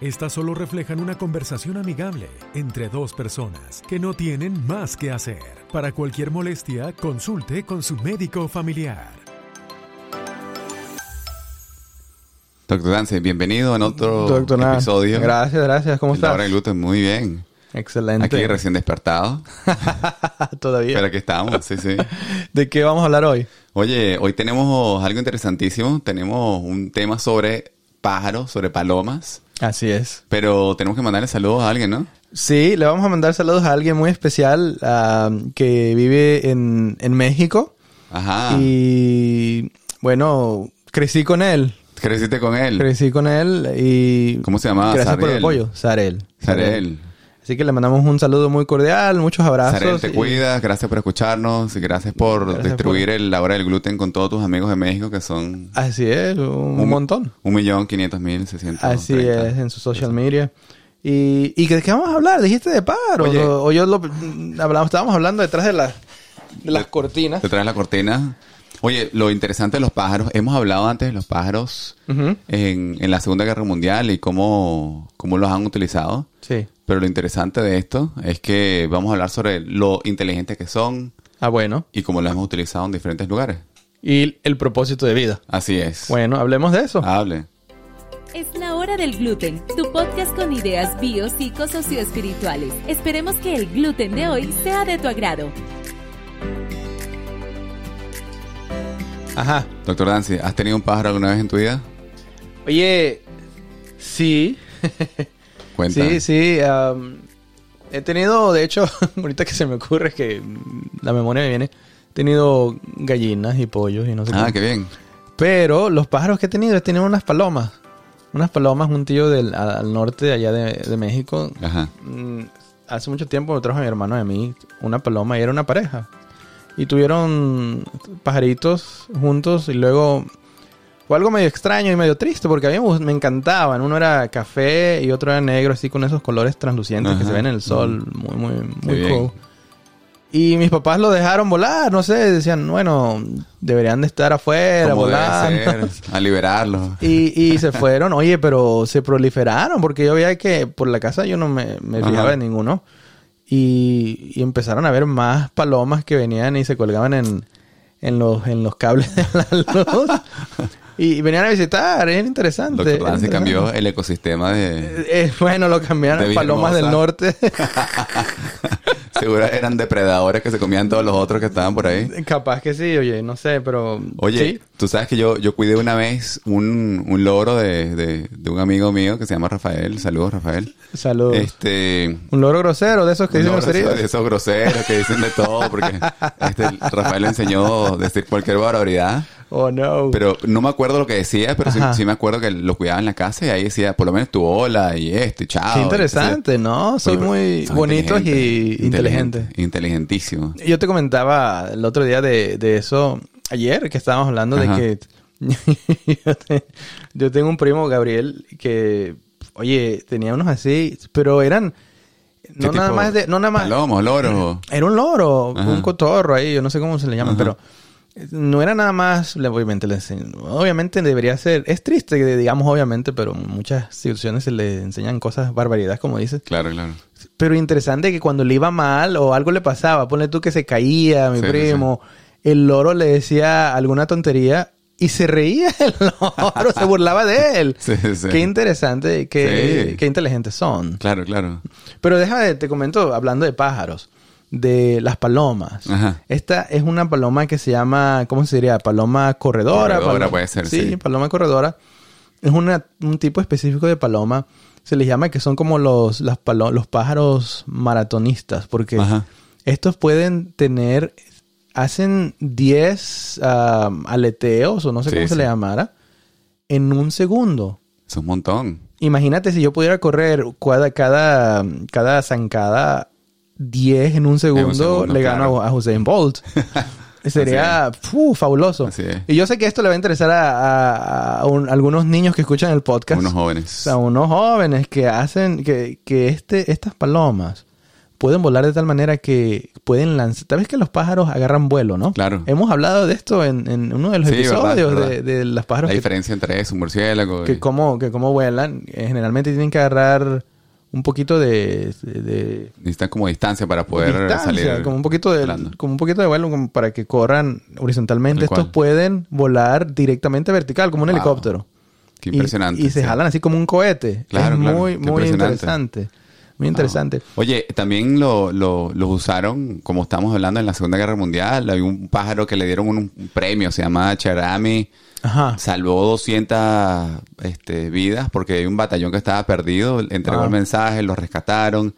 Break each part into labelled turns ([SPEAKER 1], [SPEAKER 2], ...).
[SPEAKER 1] Estas solo reflejan una conversación amigable entre dos personas que no tienen más que hacer. Para cualquier molestia, consulte con su médico familiar.
[SPEAKER 2] Doctor Dance, bienvenido en otro
[SPEAKER 3] Doctor Nard,
[SPEAKER 2] episodio.
[SPEAKER 3] Gracias, gracias. ¿Cómo
[SPEAKER 2] La hora del
[SPEAKER 3] estás?
[SPEAKER 2] gluten, muy bien.
[SPEAKER 3] Excelente. Ah,
[SPEAKER 2] Aquí recién despertado,
[SPEAKER 3] Todavía.
[SPEAKER 2] pero aquí estamos, sí, sí.
[SPEAKER 3] ¿De qué vamos a hablar hoy?
[SPEAKER 2] Oye, hoy tenemos algo interesantísimo. Tenemos un tema sobre pájaros, sobre palomas,
[SPEAKER 3] Así es.
[SPEAKER 2] pero tenemos que mandarle saludos a alguien, ¿no?
[SPEAKER 3] Sí, le vamos a mandar saludos a alguien muy especial ah, que vive en, en México.
[SPEAKER 2] Ajá.
[SPEAKER 3] Y bueno, crecí con él.
[SPEAKER 2] Creciste con él.
[SPEAKER 3] Crecí con él y...
[SPEAKER 2] ¿Cómo se llamaba?
[SPEAKER 3] Gracias por el
[SPEAKER 2] Sarel.
[SPEAKER 3] apoyo. Sarel.
[SPEAKER 2] Sarel.
[SPEAKER 3] Así que le mandamos un saludo muy cordial, muchos abrazos.
[SPEAKER 2] Sarel, te
[SPEAKER 3] y-
[SPEAKER 2] cuidas. Gracias por escucharnos. y Gracias por
[SPEAKER 3] Gracias
[SPEAKER 2] distribuir el- la hora del gluten con todos tus amigos de México que son
[SPEAKER 3] Así es, un, montón.
[SPEAKER 2] un millón quinientos mil seiscientos
[SPEAKER 3] Así
[SPEAKER 2] treinta.
[SPEAKER 3] es, en su social media. ¿Y, y de qué vamos a hablar? ¿Dijiste de pájaros?
[SPEAKER 2] Oye.
[SPEAKER 3] ¿O, o yo lo, mm, hablamos, estábamos hablando detrás de, las de las cortinas.
[SPEAKER 2] Te traes la cortina. Oye, lo interesante de los pájaros, hemos hablado antes de los pájaros
[SPEAKER 3] Ujú.
[SPEAKER 2] en, en la Segunda Guerra Mundial y cómo, cómo los han utilizado.
[SPEAKER 3] Sí.
[SPEAKER 2] Pero lo interesante de esto es que vamos a hablar sobre lo inteligentes que son
[SPEAKER 3] Ah, bueno.
[SPEAKER 2] y cómo los hemos utilizado en diferentes lugares.
[SPEAKER 3] Y el propósito de vida.
[SPEAKER 2] Así es.
[SPEAKER 3] Bueno, hablemos de eso.
[SPEAKER 2] Hable.
[SPEAKER 4] Es la hora del gluten, tu podcast con ideas bio, psico, socioespirituales. Esperemos que el gluten de hoy sea de tu agrado.
[SPEAKER 3] Ajá.
[SPEAKER 2] Doctor Dancy, ¿has tenido un pájaro alguna vez en tu vida?
[SPEAKER 3] Oye, sí.
[SPEAKER 2] Cuenta.
[SPEAKER 3] Sí, sí. am, he tenido, de hecho, ahorita que se me ocurre es que mm, la memoria me viene. He tenido gallinas y pollos y no sé
[SPEAKER 2] Ah,
[SPEAKER 3] qué.
[SPEAKER 2] qué bien.
[SPEAKER 3] Pero los pájaros que he tenido, he tenido unas palomas. Unas palomas, un tío del, a- al norte, de allá de, de México.
[SPEAKER 2] Ajá.
[SPEAKER 3] Mm, Hace mucho tiempo trajo a mi hermano y a mí una paloma y era una pareja. Y tuvieron pajaritos juntos y luego fue algo medio extraño y medio triste porque a mí me gust- me encantaban. Uno era café y otro era negro, así con esos colores translucientes que
[SPEAKER 2] Ajá. Mm.
[SPEAKER 3] se ven en el sol. Muy, muy, muy
[SPEAKER 2] bien.
[SPEAKER 3] cool. Y mis papás lo dejaron volar, no sé, decían, bueno, deberían de estar afuera
[SPEAKER 2] ¿Cómo debe
[SPEAKER 3] volando.
[SPEAKER 2] ser? A liberarlo.
[SPEAKER 3] Y, y se fueron, oye, pero se proliferaron porque yo veía que por la casa yo no me, me
[SPEAKER 2] Ajá.
[SPEAKER 3] fijaba en ninguno. Y, y empezaron a ver más palomas que venían y se colgaban en, en, los, en los cables de la luz. y, y venían a visitar, era interesante.
[SPEAKER 2] Doctor
[SPEAKER 3] era
[SPEAKER 2] Dancy
[SPEAKER 3] interesante.
[SPEAKER 2] cambió el ecosistema de...
[SPEAKER 3] Eh, eh, bueno, lo cambiaron,
[SPEAKER 2] De
[SPEAKER 3] palomas del norte,
[SPEAKER 2] Seguro eran depredadores que se comían todos los otros que estaban por ahí.
[SPEAKER 3] capaz que sí, oye, no sé, pero
[SPEAKER 2] Oye,
[SPEAKER 3] sí.
[SPEAKER 2] tú sabes que yo, yo cuidé una vez un, un loro de, de- de un amigo mío que se llama Rafael. Saludos, Rafael.
[SPEAKER 3] Saludos.
[SPEAKER 2] Este.
[SPEAKER 3] Un loro grosero de esos que
[SPEAKER 2] un
[SPEAKER 3] dicen
[SPEAKER 2] loro
[SPEAKER 3] groserías.
[SPEAKER 2] de esos groseros que dicen de todo, porque este, Rafael le enseñó a decir cualquier barbaridad.
[SPEAKER 3] Oh no.
[SPEAKER 2] Pero no me acuerdo lo que decía, pero sí,
[SPEAKER 3] Ajá.
[SPEAKER 2] sí me acuerdo que lo cuidaba en la casa y ahí decía, por lo menos tu ola y esto y chao.
[SPEAKER 3] Qué interesante, ¿no? Son
[SPEAKER 2] Oye,
[SPEAKER 3] muy
[SPEAKER 2] son
[SPEAKER 3] bonitos y
[SPEAKER 2] inteligentes,
[SPEAKER 3] inteligentes.
[SPEAKER 2] inteligentes, Inteligentísimo.
[SPEAKER 3] Yo te comentaba el otro día de, de eso, ayer que estábamos hablando
[SPEAKER 2] Ajá.
[SPEAKER 3] de que yo, te- yo tengo un primo, Gabriel, que, oye, tenía unos así, pero eran,
[SPEAKER 2] ¿Qué
[SPEAKER 3] no nada
[SPEAKER 2] tipo?
[SPEAKER 3] más de, no nada más,
[SPEAKER 2] Palomos, loros.
[SPEAKER 3] era un loro,
[SPEAKER 2] Ajá.
[SPEAKER 3] un cotorro ahí, yo no sé cómo se le llama,
[SPEAKER 2] Ajá.
[SPEAKER 3] pero eh, no era nada más, le- obviamente, le enseñ- obviamente debería ser, es triste que digamos obviamente, pero en muchas situaciones se le enseñan cosas, barbaridades como dices.
[SPEAKER 2] Claro, claro.
[SPEAKER 3] Pero interesante que cuando le iba mal o algo le pasaba, ponle tú que se caía, mi
[SPEAKER 2] Sí, sí,
[SPEAKER 3] primo, el loro le decía alguna tontería y se reía el loro, se burlaba de él.
[SPEAKER 2] Sí, sí.
[SPEAKER 3] Qué interesante, qué,
[SPEAKER 2] Sí.
[SPEAKER 3] qué inteligentes son.
[SPEAKER 2] Claro, claro.
[SPEAKER 3] Pero déjame, te comento, hablando de pájaros, de las palomas.
[SPEAKER 2] Ajá.
[SPEAKER 3] Esta es una paloma que se llama, ¿cómo se diría? Paloma corredora.
[SPEAKER 2] Corredora
[SPEAKER 3] paloma-
[SPEAKER 2] puede ser, sí.
[SPEAKER 3] paloma corredora. Es una- un tipo específico de paloma. Se les llama que son como los, las palo- los pájaros maratonistas, porque
[SPEAKER 2] Ajá.
[SPEAKER 3] estos pueden tener, hacen 10 ah, aleteos o no sé
[SPEAKER 2] Sí,
[SPEAKER 3] cómo se
[SPEAKER 2] sí.
[SPEAKER 3] le llamara, en un segundo.
[SPEAKER 2] Es un montón.
[SPEAKER 3] Imagínate si yo pudiera correr cada, cada, cada zancada 10 en un segundo,
[SPEAKER 2] segundo,
[SPEAKER 3] le gano
[SPEAKER 2] claro.
[SPEAKER 3] a, a Usain Bolt. Sería fu, fabuloso.
[SPEAKER 2] Así es.
[SPEAKER 3] Y yo sé que esto le va a interesar a, a- a un- algunos niños que escuchan el podcast.
[SPEAKER 2] Unos
[SPEAKER 3] O
[SPEAKER 2] jóvenes.
[SPEAKER 3] sea, unos jóvenes que hacen que, que este, estas palomas pueden volar de tal manera que pueden lanzar. Tal vez que los pájaros agarran vuelo, ¿no?
[SPEAKER 2] Claro.
[SPEAKER 3] Hemos hablado de esto en, en uno de los
[SPEAKER 2] Sí,
[SPEAKER 3] episodios
[SPEAKER 2] verdad,
[SPEAKER 3] De,
[SPEAKER 2] verdad.
[SPEAKER 3] de los pájaros
[SPEAKER 2] La
[SPEAKER 3] que-
[SPEAKER 2] diferencia entre eso, un murciélago.
[SPEAKER 3] que
[SPEAKER 2] y-
[SPEAKER 3] cómo, que cómo vuelan, eh, generalmente tienen que agarrar un poquito de, de-
[SPEAKER 2] Necesitan como distancia para poder
[SPEAKER 3] distancia,
[SPEAKER 2] salir.
[SPEAKER 3] como un poquito de
[SPEAKER 2] volando.
[SPEAKER 3] como un poquito de vuelo como para que corran horizontalmente.
[SPEAKER 2] Tal
[SPEAKER 3] Estos
[SPEAKER 2] cual.
[SPEAKER 3] pueden volar directamente vertical como un
[SPEAKER 2] Wow.
[SPEAKER 3] helicóptero.
[SPEAKER 2] Qué
[SPEAKER 3] Y-
[SPEAKER 2] impresionante.
[SPEAKER 3] Y, se
[SPEAKER 2] sí.
[SPEAKER 3] jalan así como un cohete.
[SPEAKER 2] Claro,
[SPEAKER 3] es
[SPEAKER 2] claro.
[SPEAKER 3] muy
[SPEAKER 2] Qué
[SPEAKER 3] muy
[SPEAKER 2] impresionante.
[SPEAKER 3] interesante. Muy interesante.
[SPEAKER 2] Ah. Oye, también lo, lo- los usaron, como estamos hablando, en la Segunda Guerra Mundial. Había un pájaro que le dieron un, un premio, se llamaba Charami.
[SPEAKER 3] Ajá.
[SPEAKER 2] Salvó 200 este, vidas porque hay un batallón que estaba perdido. Entregó
[SPEAKER 3] Ah.
[SPEAKER 2] el mensaje, los rescataron.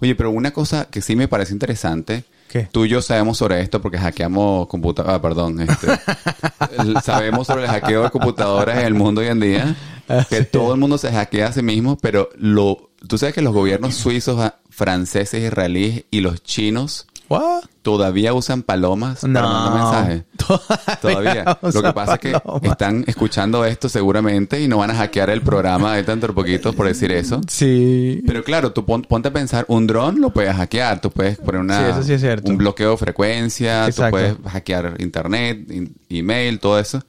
[SPEAKER 2] Oye, pero una cosa que sí me parece interesante.
[SPEAKER 3] ¿Qué?
[SPEAKER 2] Tú y yo sabemos sobre esto porque hackeamos computadoras. Ah, perdón. este, el- sabemos sobre el hackeo de computadoras en el mundo hoy en día.
[SPEAKER 3] Así
[SPEAKER 2] Que
[SPEAKER 3] es.
[SPEAKER 2] todo el mundo se hackea a sí mismo, pero lo, tú sabes que los gobiernos suizos, a- franceses, israelíes y los chinos
[SPEAKER 3] What?
[SPEAKER 2] todavía usan palomas para mandar mensajes.
[SPEAKER 3] Todavía.
[SPEAKER 2] Todavía. Lo que
[SPEAKER 3] usan
[SPEAKER 2] pasa es que
[SPEAKER 3] palomas.
[SPEAKER 2] están escuchando esto seguramente y no van a hackear el programa de tanto poquito por decir eso.
[SPEAKER 3] Sí.
[SPEAKER 2] Pero claro, tú pon- ponte a pensar, un dron lo puedes hackear, tú puedes poner una,
[SPEAKER 3] Sí, eso sí es cierto.
[SPEAKER 2] un bloqueo de frecuencia,
[SPEAKER 3] Exacto.
[SPEAKER 2] tú puedes hackear internet, in- email, todo eso,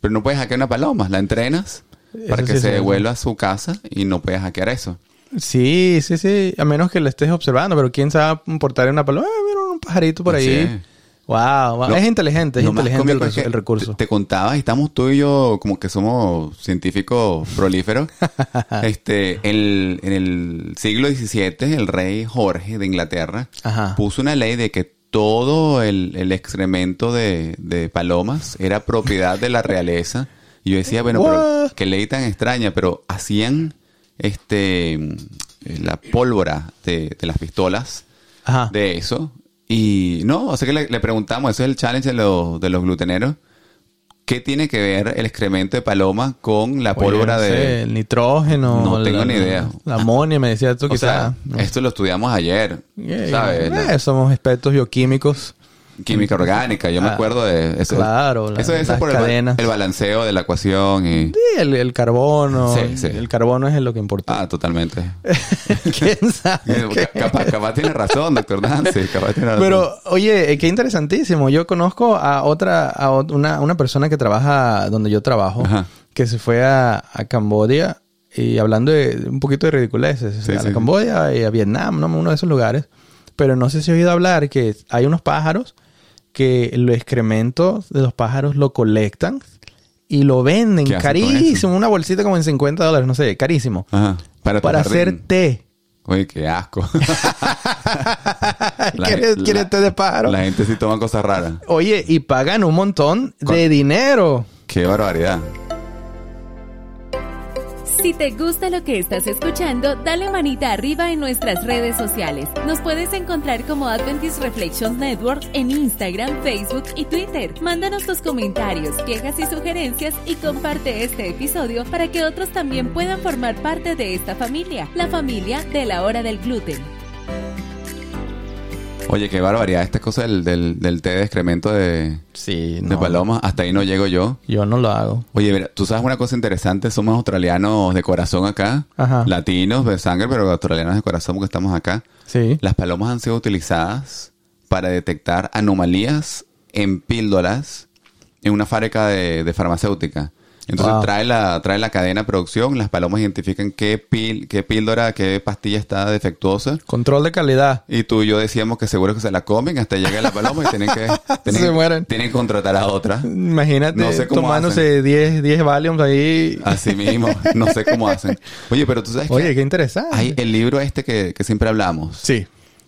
[SPEAKER 2] pero no puedes hackear una paloma, la entrenas
[SPEAKER 3] Eso
[SPEAKER 2] para que
[SPEAKER 3] sí es
[SPEAKER 2] se
[SPEAKER 3] cierto.
[SPEAKER 2] devuelva a su casa y no puedes hackear eso.
[SPEAKER 3] Sí, sí, sí. A menos que la estés observando, pero quién sabe portar una paloma. Ah, mira un pajarito por
[SPEAKER 2] Así
[SPEAKER 3] ahí.
[SPEAKER 2] es.
[SPEAKER 3] Wow, wow.
[SPEAKER 2] Lo-
[SPEAKER 3] es inteligente, es
[SPEAKER 2] lo más
[SPEAKER 3] inteligente el,
[SPEAKER 2] cómico es
[SPEAKER 3] resu-
[SPEAKER 2] que
[SPEAKER 3] el recurso.
[SPEAKER 2] Te, te contaba, y estamos tú y yo como que somos científicos prolíferos. este, el- en el siglo XVII, el rey Jorge de Inglaterra
[SPEAKER 3] Ajá.
[SPEAKER 2] puso una ley de que todo el, el excremento de, de palomas era propiedad de la realeza. Y yo decía, bueno,
[SPEAKER 3] What?
[SPEAKER 2] pero qué ley tan extraña, pero hacían este eh, la pólvora de, de las pistolas
[SPEAKER 3] Ajá.
[SPEAKER 2] de eso. Y no, o sea que le, le preguntamos, eso es el challenge de los, de los gluteneros. ¿Qué tiene que ver el excremento de paloma con la
[SPEAKER 3] Oye,
[SPEAKER 2] pólvora
[SPEAKER 3] no
[SPEAKER 2] de.?
[SPEAKER 3] sé, el nitrógeno.
[SPEAKER 2] No
[SPEAKER 3] la-
[SPEAKER 2] tengo ni idea.
[SPEAKER 3] La amonia, me decía tú
[SPEAKER 2] O sea,
[SPEAKER 3] quizás. Eh,
[SPEAKER 2] esto lo estudiamos ayer, ¿sabes? La
[SPEAKER 3] somos expertos bioquímicos.
[SPEAKER 2] química orgánica, yo me
[SPEAKER 3] Ah,
[SPEAKER 2] acuerdo de eso.
[SPEAKER 3] claro, la-
[SPEAKER 2] eso eso
[SPEAKER 3] las
[SPEAKER 2] por el, ba-
[SPEAKER 3] cadenas.
[SPEAKER 2] el balanceo de la ecuación y.
[SPEAKER 3] Sí, el, el carbono.
[SPEAKER 2] Sí, sí.
[SPEAKER 3] El carbono es lo que importa.
[SPEAKER 2] Ah, totalmente.
[SPEAKER 3] ¿Quién sabe? qué?
[SPEAKER 2] Ca- capaz, capaz tiene razón, doctor Nancy. Capaz tiene razón.
[SPEAKER 3] Pero, oye, eh, qué interesantísimo. Yo conozco a otra, a ot- una, una persona que trabaja donde yo trabajo,
[SPEAKER 2] Ajá.
[SPEAKER 3] que se fue a, a Camboya y hablando de de un poquito de ridiculeces,
[SPEAKER 2] Sí,
[SPEAKER 3] a la
[SPEAKER 2] sí.
[SPEAKER 3] Camboya y a Vietnam, ¿no? uno de esos lugares. Pero no sé si he oído hablar que hay unos pájaros que el excremento de los pájaros lo colectan y lo venden
[SPEAKER 2] ¿Qué hacen con
[SPEAKER 3] carísimo, una bolsita como en 50 dólares, no sé, carísimo,
[SPEAKER 2] Ajá, Para, tu
[SPEAKER 3] para
[SPEAKER 2] jardín.
[SPEAKER 3] hacer té.
[SPEAKER 2] Oye, qué asco. La-
[SPEAKER 3] ¿Quieres,
[SPEAKER 2] la-
[SPEAKER 3] quieres té este de pájaro?
[SPEAKER 2] La gente sí toma cosas raras.
[SPEAKER 3] Oye, y pagan un montón de dinero.
[SPEAKER 2] Qué barbaridad.
[SPEAKER 4] Si te gusta lo que estás escuchando, dale manita arriba en nuestras redes sociales. Nos puedes encontrar como Adventist Reflections Network en Instagram, Facebook y Twitter. Mándanos tus comentarios, quejas y sugerencias y comparte este episodio para que otros también puedan formar parte de esta familia, la familia de la hora del gluten.
[SPEAKER 2] Oye, qué barbaridad. Esta cosa del, del, del té de excremento de,
[SPEAKER 3] Sí,
[SPEAKER 2] de paloma, hasta ahí no llego yo.
[SPEAKER 3] Yo no lo hago.
[SPEAKER 2] Oye, mira, tú sabes una cosa interesante, somos australianos de corazón acá,
[SPEAKER 3] Ajá.
[SPEAKER 2] latinos de sangre, pero australianos de corazón porque estamos acá.
[SPEAKER 3] Sí.
[SPEAKER 2] Las palomas han sido utilizadas para detectar anomalías en píldoras en una fábrica de, de farmacéutica. Entonces
[SPEAKER 3] Wow.
[SPEAKER 2] trae, la, trae la cadena de producción, las palomas identifican qué, pil- qué píldora, qué pastilla está defectuosa.
[SPEAKER 3] Control de calidad.
[SPEAKER 2] Y tú y yo decíamos que seguro que se la comen hasta llega la paloma y tienen que, tienen,
[SPEAKER 3] Se mueren.
[SPEAKER 2] tienen que contratar a otra.
[SPEAKER 3] Imagínate
[SPEAKER 2] No sé cómo
[SPEAKER 3] tomándose 10, 10 Valiums ahí.
[SPEAKER 2] Así mismo, no sé cómo hacen. Oye, pero tú sabes que
[SPEAKER 3] Oye, qué interesante.
[SPEAKER 2] hay el libro este que, que siempre hablamos.
[SPEAKER 3] Sí.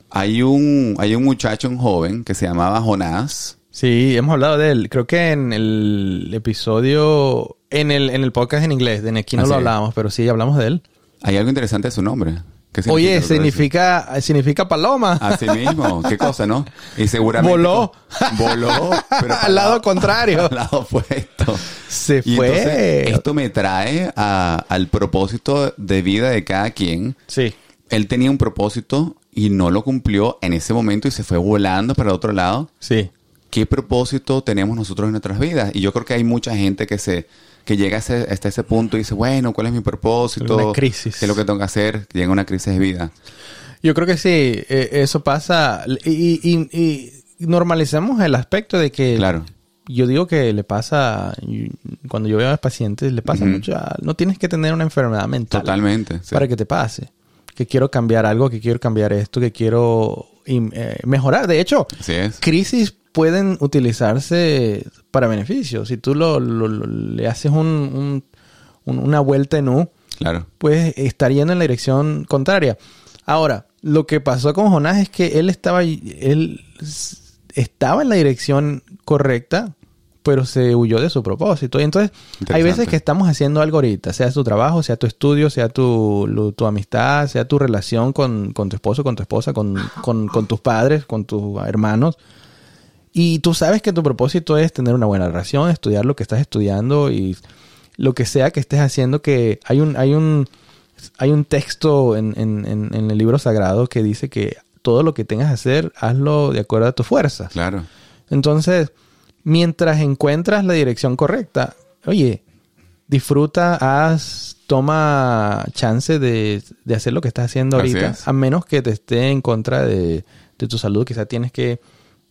[SPEAKER 2] Hay un, hay un muchacho, un joven, que se llamaba Jonás.
[SPEAKER 3] Sí, hemos hablado de él. Creo que en el episodio, en el, en el podcast en inglés, de aquí no
[SPEAKER 2] Así
[SPEAKER 3] lo
[SPEAKER 2] es.
[SPEAKER 3] hablábamos, pero sí hablamos de él.
[SPEAKER 2] Hay algo interesante de su nombre. ¿Qué
[SPEAKER 3] Oye,
[SPEAKER 2] doctor?
[SPEAKER 3] significa, significa paloma.
[SPEAKER 2] Así mismo, qué cosa, ¿no? Y seguramente...
[SPEAKER 3] Voló.
[SPEAKER 2] Voló. Pero
[SPEAKER 3] Al lado contrario.
[SPEAKER 2] Al lado opuesto.
[SPEAKER 3] Se
[SPEAKER 2] Y
[SPEAKER 3] fue.
[SPEAKER 2] entonces, esto me trae a- al propósito de vida de cada quien.
[SPEAKER 3] Sí.
[SPEAKER 2] Él tenía un propósito y no lo cumplió en ese momento y se fue volando para otro lado.
[SPEAKER 3] Sí.
[SPEAKER 2] ¿qué propósito tenemos nosotros en nuestras vidas? Y yo creo que hay mucha gente que se que llega a ese- hasta ese punto y dice, bueno, ¿cuál es mi propósito?
[SPEAKER 3] Una crisis.
[SPEAKER 2] ¿Qué es lo que tengo que hacer? Llega una crisis de vida.
[SPEAKER 3] Yo creo que sí, eh, eso pasa. Y, y- y- y normalizamos el aspecto de que.
[SPEAKER 2] Claro.
[SPEAKER 3] Yo digo que le pasa. y- Cuando yo veo a mis pacientes, le pasa
[SPEAKER 2] Ujú.
[SPEAKER 3] mucho. a- No tienes que tener una enfermedad mental.
[SPEAKER 2] Totalmente. sí.
[SPEAKER 3] Para que te pase. Que quiero cambiar algo, que quiero cambiar esto, que quiero im- eh, mejorar. De hecho,
[SPEAKER 2] Así es.
[SPEAKER 3] crisis pueden utilizarse para beneficio. Si tú lo, lo- lo- le haces un- un- un- una vuelta en U,
[SPEAKER 2] Claro.
[SPEAKER 3] pues estar yendo en la dirección contraria. Ahora, lo que pasó con Jonás es que él estaba, él s- estaba en la dirección correcta, pero se huyó de su propósito. Y entonces, hay
[SPEAKER 2] Interesante.
[SPEAKER 3] veces que estamos haciendo algo ahorita, sea tu trabajo, sea tu estudio, sea tu, lo- tu amistad, sea tu relación con, con tu esposo, con tu esposa, con, con- con tus padres, con tus hermanos. Y tú sabes que tu propósito es tener una buena relación, estudiar lo que estás estudiando y lo que sea que estés haciendo, que hay un, hay un, hay un texto en, en- en- en el libro sagrado que dice que todo lo que tengas que hacer, hazlo de acuerdo a tus fuerzas.
[SPEAKER 2] Claro.
[SPEAKER 3] Entonces, mientras encuentras la dirección correcta, oye, disfruta, haz, toma chance de, de hacer lo que estás haciendo
[SPEAKER 2] Así
[SPEAKER 3] ahorita,
[SPEAKER 2] es.
[SPEAKER 3] a menos que te esté en contra de, de tu salud, quizás tienes que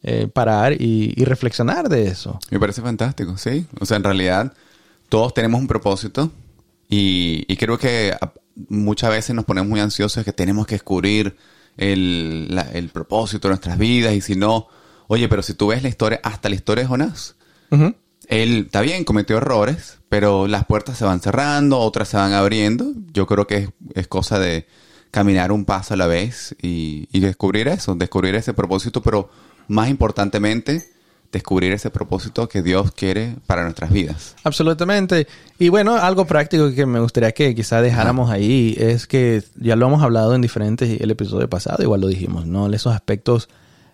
[SPEAKER 3] eh, parar y, y reflexionar de eso.
[SPEAKER 2] Me parece fantástico, sí. O sea, en realidad todos tenemos un propósito y, y creo que a- muchas veces nos ponemos muy ansiosos que tenemos que descubrir el, la- el propósito de nuestras vidas y si no, oye, pero si tú ves la historia, hasta la historia de Jonás,
[SPEAKER 3] Ujú.
[SPEAKER 2] él está bien, cometió errores, pero las puertas se van cerrando, otras se van abriendo. Yo creo que es, es cosa de caminar un paso a la vez y, y descubrir eso, descubrir ese propósito, pero más importantemente, descubrir ese propósito que Dios quiere para nuestras vidas.
[SPEAKER 3] Absolutamente. Y bueno, algo práctico que me gustaría que quizá dejáramos ahí es que ya lo hemos hablado en diferentes, el episodio pasado igual lo dijimos, ¿no? Esos aspectos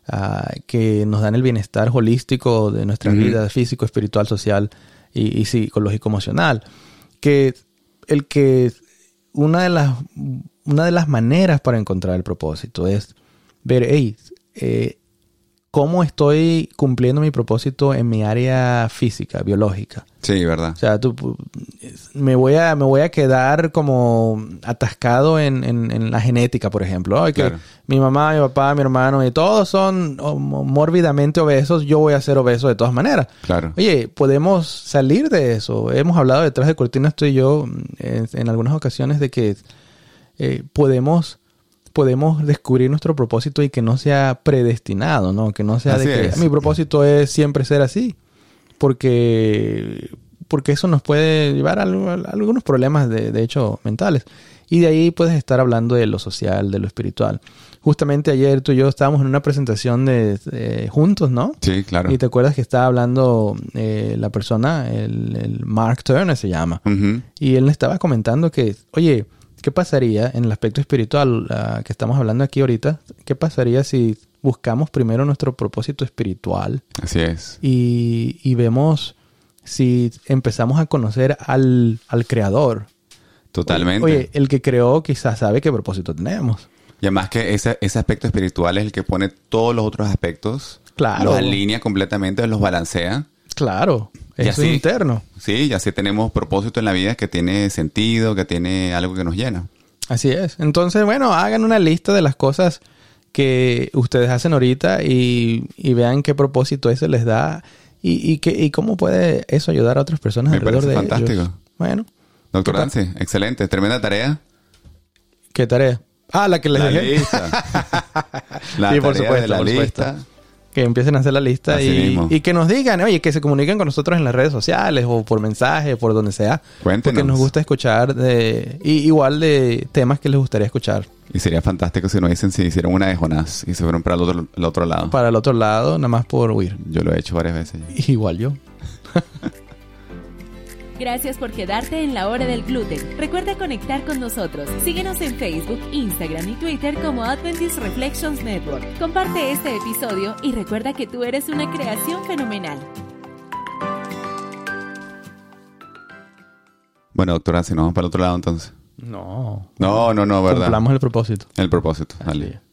[SPEAKER 3] ah, que nos dan el bienestar holístico de nuestras
[SPEAKER 2] Ujú.
[SPEAKER 3] vidas, físico, espiritual, social y, y psicológico, emocional. Que el que una de las, una de las maneras para encontrar el propósito es ver, hey, eh, ¿cómo estoy cumpliendo mi propósito en mi área física, biológica?
[SPEAKER 2] Sí, ¿verdad?
[SPEAKER 3] O sea, tú, pu- es- me, voy a, me voy a quedar como atascado en, en- en la genética, por ejemplo. Ay, que
[SPEAKER 2] Claro.
[SPEAKER 3] Mi mamá, mi papá, mi hermano, y todos son oh, mo- mórbidamente obesos. Yo voy a ser obeso de todas maneras.
[SPEAKER 2] Claro.
[SPEAKER 3] Oye, podemos salir de eso. Hemos hablado detrás de cortinas tú y yo mm, en, en algunas ocasiones de que eh, podemos podemos descubrir nuestro propósito y que no sea predestinado, ¿no? Que no sea
[SPEAKER 2] Así
[SPEAKER 3] de que "Ah,
[SPEAKER 2] es.
[SPEAKER 3] mi propósito es siempre ser así, porque porque eso nos puede llevar a, algo- a algunos problemas de, de hecho mentales. Y de ahí puedes estar hablando de lo social, de lo espiritual. Justamente ayer tú y yo estábamos en una presentación de, de- juntos, ¿no?
[SPEAKER 2] Sí, claro.
[SPEAKER 3] Y te acuerdas que estaba hablando eh, la persona, el, el Mark Turner se llama.
[SPEAKER 2] Ujú.
[SPEAKER 3] Y él estaba comentando que, oye, ¿qué pasaría en el aspecto espiritual ah, que estamos hablando aquí ahorita? ¿Qué pasaría si buscamos primero nuestro propósito espiritual
[SPEAKER 2] Así es.
[SPEAKER 3] y, y vemos si empezamos a conocer al, al creador?
[SPEAKER 2] Totalmente.
[SPEAKER 3] Oye, el que creó quizás sabe qué propósito tenemos.
[SPEAKER 2] Y además que ese, ese aspecto espiritual es el que pone todos los otros aspectos,
[SPEAKER 3] Claro.
[SPEAKER 2] los alinea completamente, los balancea.
[SPEAKER 3] Claro,
[SPEAKER 2] Y
[SPEAKER 3] eso es
[SPEAKER 2] así-
[SPEAKER 3] interno.
[SPEAKER 2] Sí, y así tenemos propósito en la vida que tiene sentido, que tiene algo que nos llena.
[SPEAKER 3] Así es. Entonces, bueno, hagan una lista de las cosas que ustedes hacen ahorita y, y vean qué propósito eso les da y, y, qué- y cómo puede eso ayudar a otras personas
[SPEAKER 2] Me
[SPEAKER 3] alrededor
[SPEAKER 2] parece
[SPEAKER 3] de
[SPEAKER 2] fantástico.
[SPEAKER 3] ellos. Bueno,
[SPEAKER 2] Doctor
[SPEAKER 3] Total.
[SPEAKER 2] Dance, excelente, tremenda tarea.
[SPEAKER 3] ¿qué tarea? Ah, la que les
[SPEAKER 2] La
[SPEAKER 3] dejé.
[SPEAKER 2] lista. la
[SPEAKER 3] Sí,
[SPEAKER 2] tarea
[SPEAKER 3] por supuesto,
[SPEAKER 2] de la
[SPEAKER 3] por supuesto.
[SPEAKER 2] lista.
[SPEAKER 3] Que empiecen a hacer la lista
[SPEAKER 2] Así
[SPEAKER 3] y,
[SPEAKER 2] mismo.
[SPEAKER 3] y que nos digan, oye, que se comuniquen con nosotros en las redes sociales o por mensaje, por donde sea.
[SPEAKER 2] Cuéntenos.
[SPEAKER 3] Porque nos gusta escuchar de, y igual de temas que les gustaría escuchar.
[SPEAKER 2] Y sería fantástico si nos dicen si hicieron una de Jonás y se fueron para el otro, el otro lado.
[SPEAKER 3] Para el otro lado, nada más por huir.
[SPEAKER 2] Yo lo he hecho varias veces. ya.
[SPEAKER 3] Igual yo.
[SPEAKER 4] Gracias por quedarte en la hora del gluten. Recuerda conectar con nosotros. Síguenos en Facebook, Instagram y Twitter como Adventist Reflections Network. Comparte este episodio y recuerda que tú eres una creación fenomenal.
[SPEAKER 2] Bueno, doctor Dance, nos vamos para el otro lado entonces.
[SPEAKER 3] No.
[SPEAKER 2] No, no, no, ¿verdad?
[SPEAKER 3] Cumplamos el propósito.
[SPEAKER 2] El propósito.
[SPEAKER 3] Así
[SPEAKER 2] dale.
[SPEAKER 3] es.